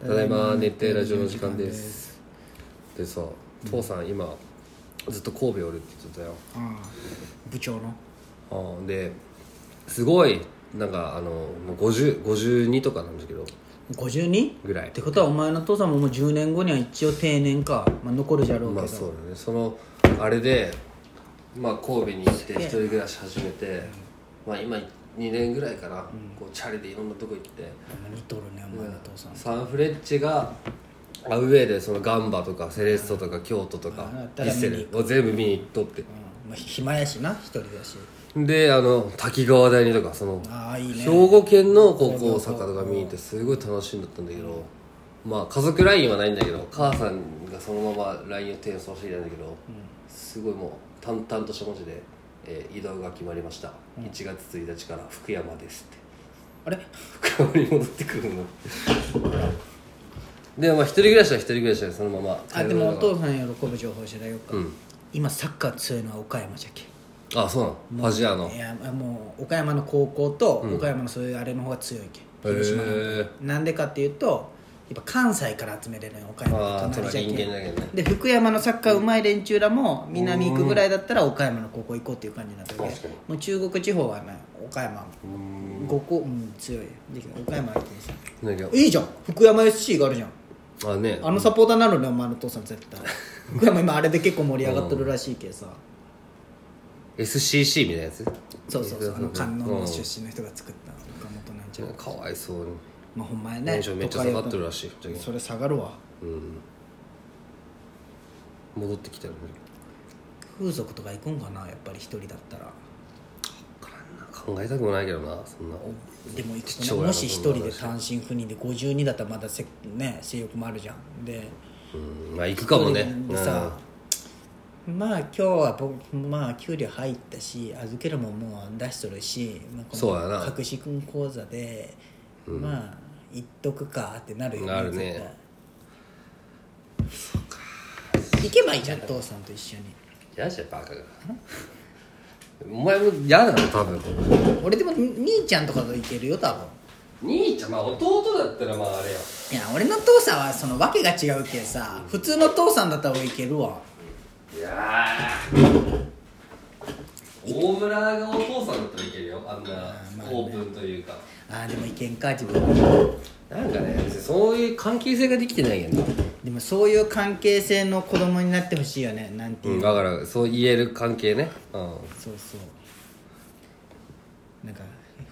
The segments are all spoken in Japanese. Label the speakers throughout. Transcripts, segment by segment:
Speaker 1: ただいま熱帯ラジオの時間ですでさ父さん今ずっと神戸おるって言ってたよ
Speaker 2: ああ部長の
Speaker 1: あーですごいなんかあのもう50 52とかなんだけど
Speaker 2: 52?
Speaker 1: ぐらい
Speaker 2: ってことはお前の父さんももう10年後には一応定年か、まあ、残るじゃろうけど、
Speaker 1: まあそうだねそのあれで、まあ、神戸に行って一人暮らし始めて、まあ、今2年ぐらいかな、こうチャリでいろんなとこ行って、
Speaker 2: ほんま似とるねお前の父さん、
Speaker 1: サンフレッチェがアウェーでそのガンバとかセレッソとか京都とか
Speaker 2: うん
Speaker 1: ヴィッセルを全部見に行っとって
Speaker 2: うんまあ、暇やしな一人だし
Speaker 1: であの滝川第二とかその
Speaker 2: ああいいね
Speaker 1: 兵庫県の高校サッカーとか見に行ってすごい楽しんだったんだけどまあ家族 LINE はないんだけど母さんがそのまま LINE を転送してきたんだけどすごいもう淡々とした文字で、えー移動が決まりました1月1日から福山です」って
Speaker 2: あれ
Speaker 1: 福山に戻ってくるのでまあ一人暮らしは一人暮らしでそのまま
Speaker 2: あでもお父さん喜ぶ情報知らよか、
Speaker 1: うん
Speaker 2: 今サッカー強いのは岡山じゃけ
Speaker 1: あそうなのファジアの
Speaker 2: い
Speaker 1: へ
Speaker 2: やもう岡山の高校と岡山のそういうあれの方が強いけ、ん、広島の
Speaker 1: え
Speaker 2: なんでかっていうとやっぱ関西から集めれるのよ岡山
Speaker 1: ああ
Speaker 2: の
Speaker 1: それは
Speaker 2: 隣
Speaker 1: 人
Speaker 2: じゃけ
Speaker 1: 間だけどね
Speaker 2: で福山のサッカーうまい連中らも南行くぐらいだったら岡山の高校行こうっていう感じになってるけど
Speaker 1: 確かに
Speaker 2: もう中国地方はね岡山
Speaker 1: うん
Speaker 2: 五校うん強いで岡山相手にさ
Speaker 1: なんか
Speaker 2: いいじゃん福山 SC があるじゃん
Speaker 1: あね
Speaker 2: あのサポーターなるねお前のお父さん絶 対福山今あれで結構盛り上がってるらしいけどさ
Speaker 1: SCC みたいなやつ
Speaker 2: そうそうそうあの観音の
Speaker 1: うん
Speaker 2: 出身の人が作った岡本なんちゃら
Speaker 1: かわいそうに
Speaker 2: まあほんまや
Speaker 1: テ
Speaker 2: ね
Speaker 1: ンションめっちゃ下がってるらしい
Speaker 2: 都会はそれ下がるわ
Speaker 1: うん戻ってきたよね
Speaker 2: 風俗とか行くんかなやっぱり一人だったら
Speaker 1: 考えたくもないけどなそんな
Speaker 2: でも行く
Speaker 1: 父
Speaker 2: と
Speaker 1: 親
Speaker 2: ね
Speaker 1: の
Speaker 2: もし一人で単身赴任で52だったらまだせ、ね、性欲もあるじゃんで
Speaker 1: うんまあ行くかもね
Speaker 2: 一人でさ、まあ今日は僕まあ給料入ったし預けるもんもう出しとるし、まあ、この
Speaker 1: そうやな
Speaker 2: 隠し君講座で、まあ行っとくかってなるよね
Speaker 1: なるね
Speaker 2: 絶対行けばいいじゃん父さんと一緒に
Speaker 1: 嫌じゃんバカがお前も嫌だろ多分
Speaker 2: 俺でも兄ちゃんとかと行けるよ多分
Speaker 1: 兄ちゃんまあ弟だったらまああれよ
Speaker 2: いや俺の父さんはその訳が違うけさ普通の父さんだったら俺いけるわ
Speaker 1: いやー大村がお父さんだったらいけるよあん
Speaker 2: まあ
Speaker 1: な
Speaker 2: ね
Speaker 1: オープンというか、
Speaker 2: あーでもいけんか自分は
Speaker 1: なんかね別にそういう関係性ができてないやんな
Speaker 2: でもそういう関係性の子供になってほしいよねなんていうう、
Speaker 1: んだからそう言える関係ねうん
Speaker 2: そうそうなんか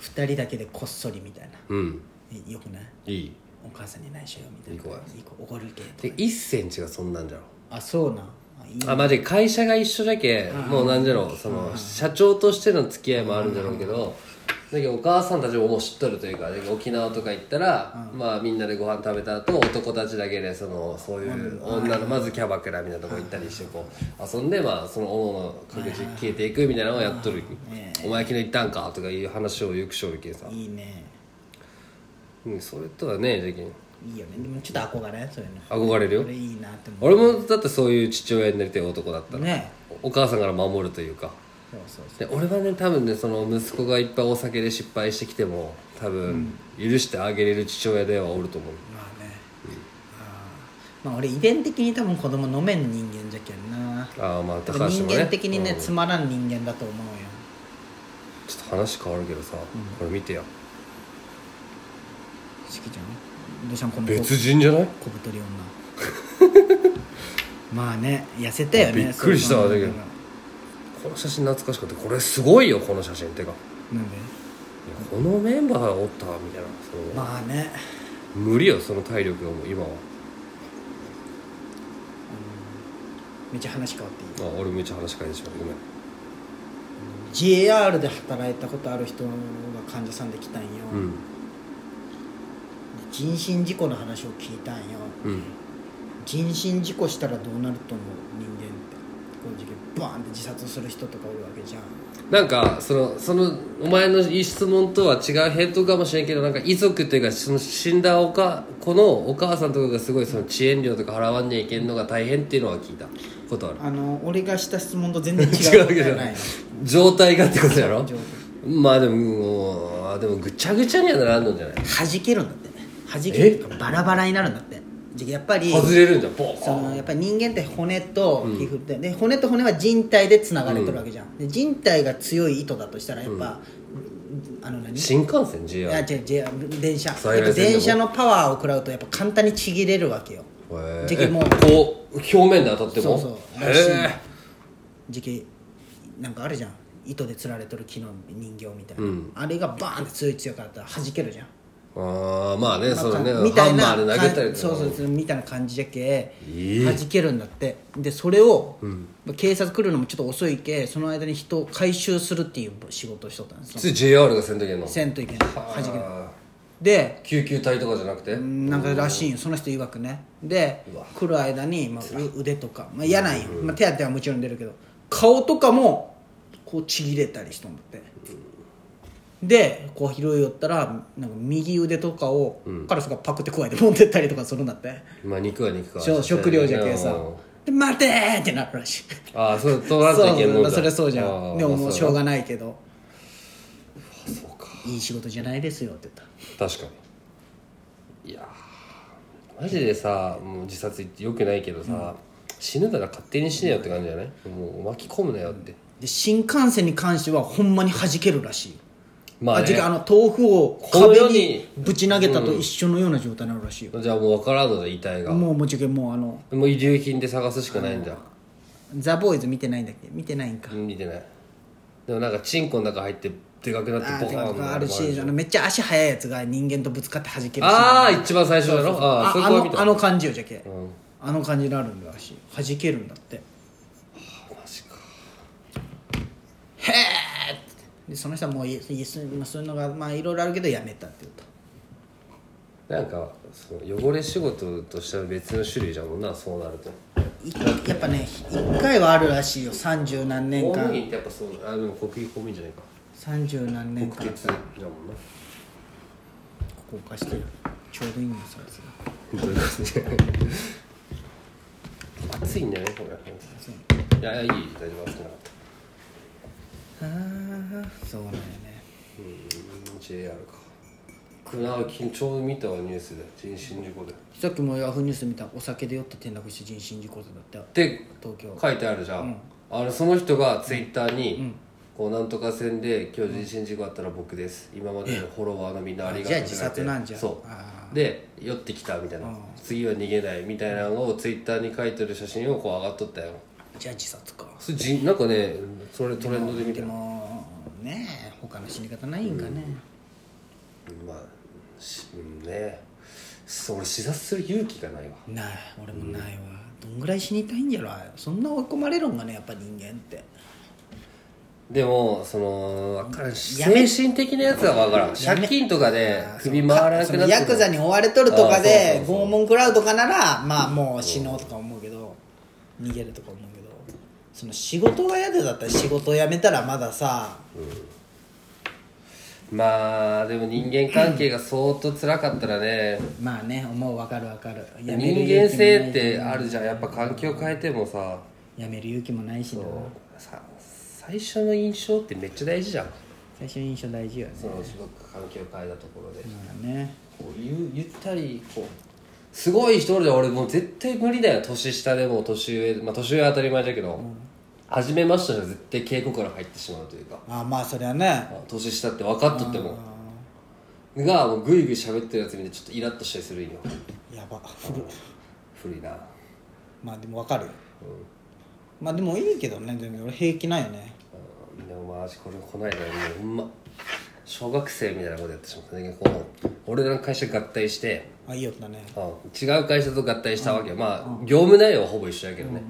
Speaker 2: 2人だけでこっそりみたいな
Speaker 1: うん
Speaker 2: えよくな
Speaker 1: い
Speaker 2: い
Speaker 1: い
Speaker 2: お母さんに内緒よみたいない
Speaker 1: い子や
Speaker 2: い子怒るけ
Speaker 1: で1センチがそんなんじゃろ
Speaker 2: あそうなんあいい
Speaker 1: あまあ、で会社が一緒だけもうなんじゃろうその社長としての付き合いもあるんだろうけどだけどお母さんたちももう知っとるというかだけど沖縄とか行ったら、まあみんなでご飯食べた後男たちだけでそのそういう女のまずキャバクラみたいなとこ行ったりしてこう遊んでまあそのおのの各自消えていくみたいなのをやっとる
Speaker 2: ね
Speaker 1: 「お前昨日行ったんか?」とかいう話をよくしょるけさ、
Speaker 2: いいね
Speaker 1: うん、それとはね最近
Speaker 2: いいよねでもちょっと憧れそういうの
Speaker 1: 憧れるよ
Speaker 2: 俺いいなって思
Speaker 1: 俺もだってそういう父親になりたい男だった
Speaker 2: う
Speaker 1: ら、
Speaker 2: ね
Speaker 1: お母さんから守るというか
Speaker 2: そうそうそう
Speaker 1: で俺はね多分ねその息子がいっぱいお酒で失敗してきても多分許してあげれる父親ではおると思う、
Speaker 2: まあね、あーまあ俺遺伝的に多分子供飲めん人間じゃけんな
Speaker 1: ああまあ
Speaker 2: 多
Speaker 1: 高
Speaker 2: 分
Speaker 1: 橋
Speaker 2: 人
Speaker 1: もね
Speaker 2: 間的にね、
Speaker 1: うんち
Speaker 2: つ
Speaker 1: ょ
Speaker 2: まらん人間だと思うよ
Speaker 1: っと話変わるけどさ、これ見てよ
Speaker 2: しきちゃんどうしたんこの
Speaker 1: 別人じゃない
Speaker 2: 小太り女 まあね痩せたよね
Speaker 1: びっくりしたわ
Speaker 2: そ
Speaker 1: だ
Speaker 2: うい
Speaker 1: け
Speaker 2: う
Speaker 1: ど
Speaker 2: の
Speaker 1: この写真懐かしくてこれすごいよこの写真ってかいや
Speaker 2: なんで
Speaker 1: このメンバーがおったみたいなその、
Speaker 2: まあね
Speaker 1: 無理よその体力がもう今は
Speaker 2: めっちゃ話変わっていい
Speaker 1: あ俺めっちゃ話変えてしまうごめん
Speaker 2: JR で働いたことある人が患者さんで来たんよ、
Speaker 1: うん
Speaker 2: 人身事故の話を聞いたんよ
Speaker 1: うん
Speaker 2: 人身事故したらどうなると思う人間ってこの事件バーンって自殺する人とかおるわけじゃん
Speaker 1: なんかそのそのお前の質問とは違う返答かもしれんけどなんか遺族というかその死んだおかこのお母さんとかがすごいその遅延料とか払わんにゃいけんのが大変っていうのは聞いたことある
Speaker 2: あの俺がした質問と全然違
Speaker 1: 違
Speaker 2: う
Speaker 1: うけど
Speaker 2: じゃない
Speaker 1: 状態がってことやろ
Speaker 2: 状態
Speaker 1: まあでももうあでもぐちゃぐちゃにはならんのじゃない
Speaker 2: 弾けるんだってね弾きとかバラバラになるんだってじゃあやっぱり
Speaker 1: 外れるんじゃんボ
Speaker 2: そ
Speaker 1: ーン
Speaker 2: のやっぱり人間って骨と皮膚って、で骨と骨は人体でつながれてるわけじゃん、で人体が強い糸だとしたらやっぱ、あの何
Speaker 1: 新幹線
Speaker 2: い
Speaker 1: JR
Speaker 2: や
Speaker 1: へ
Speaker 2: 違う違う電車
Speaker 1: 在来線でも
Speaker 2: やっぱ電車のパワーを食らうとやっぱ簡単にちぎれるわけよ
Speaker 1: ー
Speaker 2: じゃあもう
Speaker 1: えこう表面で当たっても
Speaker 2: そうそう
Speaker 1: へえ
Speaker 2: 時期なんかあるじゃん糸で吊られてる木の人形みたいな、あれがバーンって強い強かったら弾けるじゃん
Speaker 1: ああまあねその
Speaker 2: なんか
Speaker 1: ね
Speaker 2: みた
Speaker 1: ハ
Speaker 2: い
Speaker 1: ン
Speaker 2: な
Speaker 1: マーで投げたりとか
Speaker 2: そうそうそうみたいな感じじゃけ、
Speaker 1: ええ
Speaker 2: 弾けるんだってでそれを、まあ警察来るのもちょっと遅いけその間に人を回収するっていう仕事をしとったんですよ
Speaker 1: つい JR がせんときの
Speaker 2: せんといけない弾けない
Speaker 1: あ
Speaker 2: で
Speaker 1: ー救急隊とかじゃなくて
Speaker 2: なんからしいよその人曰くねで来る間に、まあ、う腕とか、まあ、嫌なんよ、まあ、手当てはもちろん出るけど顔とかもこうちぎれたりしとんだって、でこう拾い寄ったらなんか右腕とかを、カラスがパクって加えて持ってったりとかするんだって
Speaker 1: まあ肉は肉か
Speaker 2: そう食料じゃけえさ
Speaker 1: うん
Speaker 2: で待てーってなるらしい
Speaker 1: ああそう取
Speaker 2: そ
Speaker 1: ら
Speaker 2: うん
Speaker 1: といけんもん
Speaker 2: そうそれそうじ
Speaker 1: あ
Speaker 2: ゃん
Speaker 1: ー
Speaker 2: でももうしょう
Speaker 1: まあ
Speaker 2: がないけどいい仕事じゃないですよって言っ
Speaker 1: そうだ確かにいやーマジでさもう自殺ってよくないけどさ、死ぬなら勝手に死ねよって感じじゃないもう巻き込むなよって、
Speaker 2: たで新幹線に関してはほんまに弾けるらしい
Speaker 1: まあ、
Speaker 2: あ
Speaker 1: ね、じ
Speaker 2: 違うあ
Speaker 1: ゃ
Speaker 2: の豆腐を
Speaker 1: この
Speaker 2: 壁
Speaker 1: 世
Speaker 2: に
Speaker 1: に
Speaker 2: ぶち投げたと一緒のような状態になるらしいよ、
Speaker 1: あもう分からんのだ遺体がも
Speaker 2: もうもちろんもうあの
Speaker 1: う遺留品で探すしかないんだ
Speaker 2: ザ・ボーイズ見てないんだっけ見てないんか、
Speaker 1: 見てないでもなんかチンコの中入ってでかくなって
Speaker 2: あ
Speaker 1: ボカーン
Speaker 2: ー
Speaker 1: みたいな
Speaker 2: とか
Speaker 1: の
Speaker 2: ある
Speaker 1: も
Speaker 2: し
Speaker 1: じゃ
Speaker 2: あ
Speaker 1: ん
Speaker 2: のめっちゃ足速いやつが人間とぶつかって弾けるし
Speaker 1: あー一番最初だろあ
Speaker 2: あ
Speaker 1: あそ
Speaker 2: あ
Speaker 1: こは見
Speaker 2: の
Speaker 1: た
Speaker 2: あ
Speaker 1: マ
Speaker 2: の感じよじゃけ、
Speaker 1: ん
Speaker 2: あの感じになるんだし弾けるんだって
Speaker 1: ジか
Speaker 2: へえでその人はもういいそういうのがまあいろいろあるけどやめたって言うと
Speaker 1: なんかその汚れ仕事としては別の種類じゃもんなそうなると
Speaker 2: いやっぱね1回はあるらしいよ三十何年
Speaker 1: 公務員
Speaker 2: 間
Speaker 1: ってやっぱそうあでも国技公務員じゃないか
Speaker 2: 三十何年
Speaker 1: 国
Speaker 2: 間
Speaker 1: 鉄だもんな
Speaker 2: ここ貸してるちょうどいいんですよそれ
Speaker 1: 本 当に暑いんだよねこれいやいやいい大丈夫暑くなかった
Speaker 2: ああそうなんよね
Speaker 1: うーん JR かこれなんか昨日ちょうど見たわニュースで人身事故で
Speaker 2: さっきもヤフーニュース見たお酒で酔って転落して人身事故だった
Speaker 1: で
Speaker 2: 東京
Speaker 1: 書いてあるじゃん、あれその人がツイッターに、こうなんとか戦で今日人身事故あったら僕です今までのフォロワーのみんなありがとう
Speaker 2: じゃあ自殺なんじゃん
Speaker 1: そう
Speaker 2: あ
Speaker 1: で寄ってきたみたいな次は逃げないみたいなのをツイッターに書いてる写真をこう上がっとったよ
Speaker 2: じゃあ自殺か
Speaker 1: それじなんかねそれトレンドで見て
Speaker 2: でもねえ他の死に方ないんかね、
Speaker 1: まあしうんねそう俺自殺する勇気がないわ
Speaker 2: ない俺もないわ、どんぐらい死にたいんじゃろあれそんな追い込まれるんがねやっぱ人間って
Speaker 1: でもその分からんし
Speaker 2: やめ
Speaker 1: 精神的なやつは分からん借金とかで首回らなく
Speaker 2: そ
Speaker 1: な
Speaker 2: の
Speaker 1: って
Speaker 2: ヤクザに追われとるとか
Speaker 1: あ
Speaker 2: で
Speaker 1: ーそうそうそう
Speaker 2: 拷問食らうとかならまあもう死のうとか思うけど逃げるとか思うけどその仕事が嫌でだったら仕事を辞めたらまださ
Speaker 1: まあでも人間関係が相当辛かったらね
Speaker 2: まあね思うわかるわかる辞
Speaker 1: 人
Speaker 2: める
Speaker 1: 間
Speaker 2: 勇気もない
Speaker 1: 性ってあるじゃんやっぱ環境変えてもさ
Speaker 2: やめる勇気もないしな
Speaker 1: さ最初の印象ってめっちゃ大事じゃん
Speaker 2: 最初印象大事よね
Speaker 1: そのすごく環境変えたところで
Speaker 2: まあね
Speaker 1: こうゆゆったりこうすごい人おるで俺もう絶対無理だよ年下でも年上まあ年上は当たり前だけど、初めましてじゃ絶対稽古から入ってしまうというか
Speaker 2: あまあそりゃね
Speaker 1: あ年下って分かっとってもがもうグイグイ喋ってるやつ見てちょっとイラッとしたりするんよ
Speaker 2: やば 古い
Speaker 1: 古いな
Speaker 2: まあでもわかるよ、まあでもいいけどね全然俺平気なんよね
Speaker 1: うんでもマジこれこないだもうほんま小学生みたいなことやってしまったんだけどこう俺らの会社合体して
Speaker 2: あいいよだね
Speaker 1: あ違う会社と合体したわけよまあ業務内容はほぼ一緒やけどね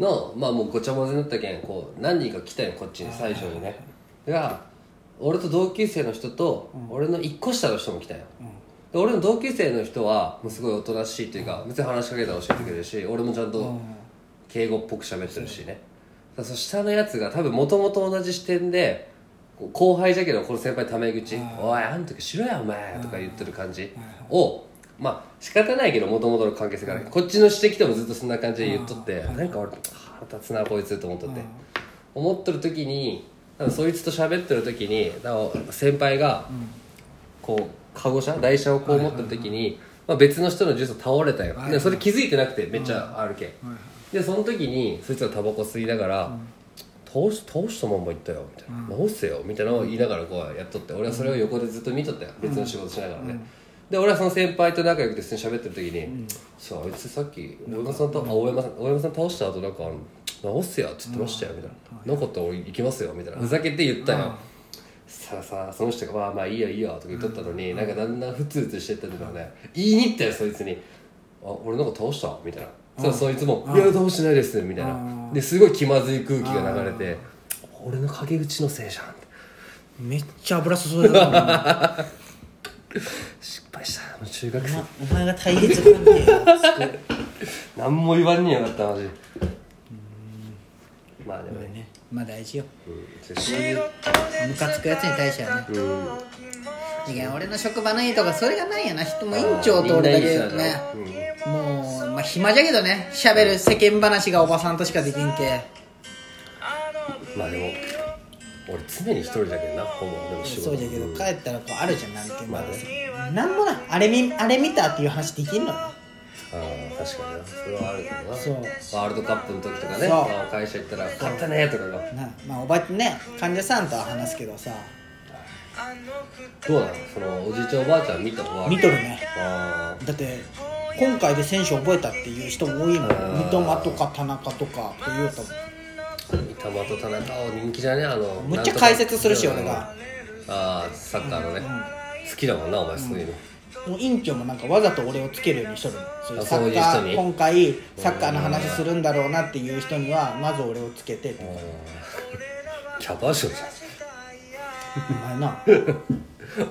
Speaker 1: のまあもうごちゃ混ぜになったけんこう何人か来たよこっちに最初にねが俺と同級生の人と俺の一個下の人も来たよで俺の同級生の人はもうすごいおとなしいというか別に話しかけたら教えてくれるし俺もちゃんと敬語っぽく喋ってるしねだからその下のやつが多分もともと同じ視点でこう後輩じゃけどこの先輩タメ口「おいあん時しろやお前」とか言ってる感じをまあ仕方ないけどもともとの関係性からこっちの指摘でもずっとそんな感じで言っとってなんか俺腹立つなこいつと思っとって思っとる時に多分そいつと喋ってる時に多分先輩がこうカゴ車台車をこう持った時に、まあ、別の人のジュース倒れたよ、でそれ気づいてなくてめっちゃ歩け、でその時にそいつがタバコ吸いながら、倒し倒したまんま行ったよみたいな、直せよみたいなのを言いながらこうやっとって俺はそれを横でずっと見とったよ、別の仕事しながらね、で俺はその先輩と仲良くて普通に喋ってる時に「そうあいつさっき大山さんとあ大山さん大山さん倒した後なんかあの直すや」って言ってましたよみたいな「なかったら俺行きますよ」みたいなふざけて言ったよ、さあさあその人が「まあまあいいよいいよ」とか言っとったのに、なんかだんだんふつふつしてったのがね言いに行ったよそいつに「あ俺なんか倒した?」みたいな、そしたらそいつも「いや倒してないです」みたいな、
Speaker 2: うん
Speaker 1: ですごい気まずい空気が流れて「俺の陰口のせいじゃん」って
Speaker 2: めっちゃ油注いでたもんな
Speaker 1: 失敗したもう中学生
Speaker 2: お前が対立関係を作る
Speaker 1: 何も言わんにやがったマジまあでもね、
Speaker 2: ねまあ大事よ
Speaker 1: うん、そういう
Speaker 2: ムカつくやつに対してはね、いや俺の職場のいいとかそれがないよな人も院長と俺だけ
Speaker 1: みんないい
Speaker 2: ね
Speaker 1: 人や
Speaker 2: もうまあ暇じゃけどね喋る世間話がおばさんとしかできんけ
Speaker 1: まあでも俺常に一人だけどなほぼでも仕事
Speaker 2: そうじゃけど帰ったらこうあるじゃんなんけ
Speaker 1: ま
Speaker 2: ま
Speaker 1: あ
Speaker 2: だ
Speaker 1: ね
Speaker 2: なんもないあれ見あれ見たっていう話できんのよ
Speaker 1: ああ確かになそれはあるけどな
Speaker 2: そう
Speaker 1: ワールドカップの時とかね
Speaker 2: そう
Speaker 1: ああ会社行ったら「勝ったね」とかが
Speaker 2: なまあおばね患者さんとは話すけどさ
Speaker 1: どうなのそのおじいちゃんおばあちゃん見た方が
Speaker 2: 見とるね
Speaker 1: あ
Speaker 2: だって今回で選手覚えたっていう人も多いのよ
Speaker 1: ー
Speaker 2: 三笘とか田中とかって言うと思う
Speaker 1: あ三笘と田中は人気じゃねあの
Speaker 2: むっちゃ解説するし
Speaker 1: なんとか
Speaker 2: 俺が
Speaker 1: ああサッカーのね、好きだもんなお前そういうの、
Speaker 2: もう院長もなんかわざと俺をつけるようにしとるのそういうサ
Speaker 1: そういう
Speaker 2: ッ
Speaker 1: 人
Speaker 2: カ
Speaker 1: に
Speaker 2: ー今回サッカーの話するんだろうなっていう人にはまず俺をつけてって
Speaker 1: キャバ嬢じゃん
Speaker 2: お前な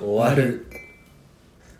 Speaker 1: 終わる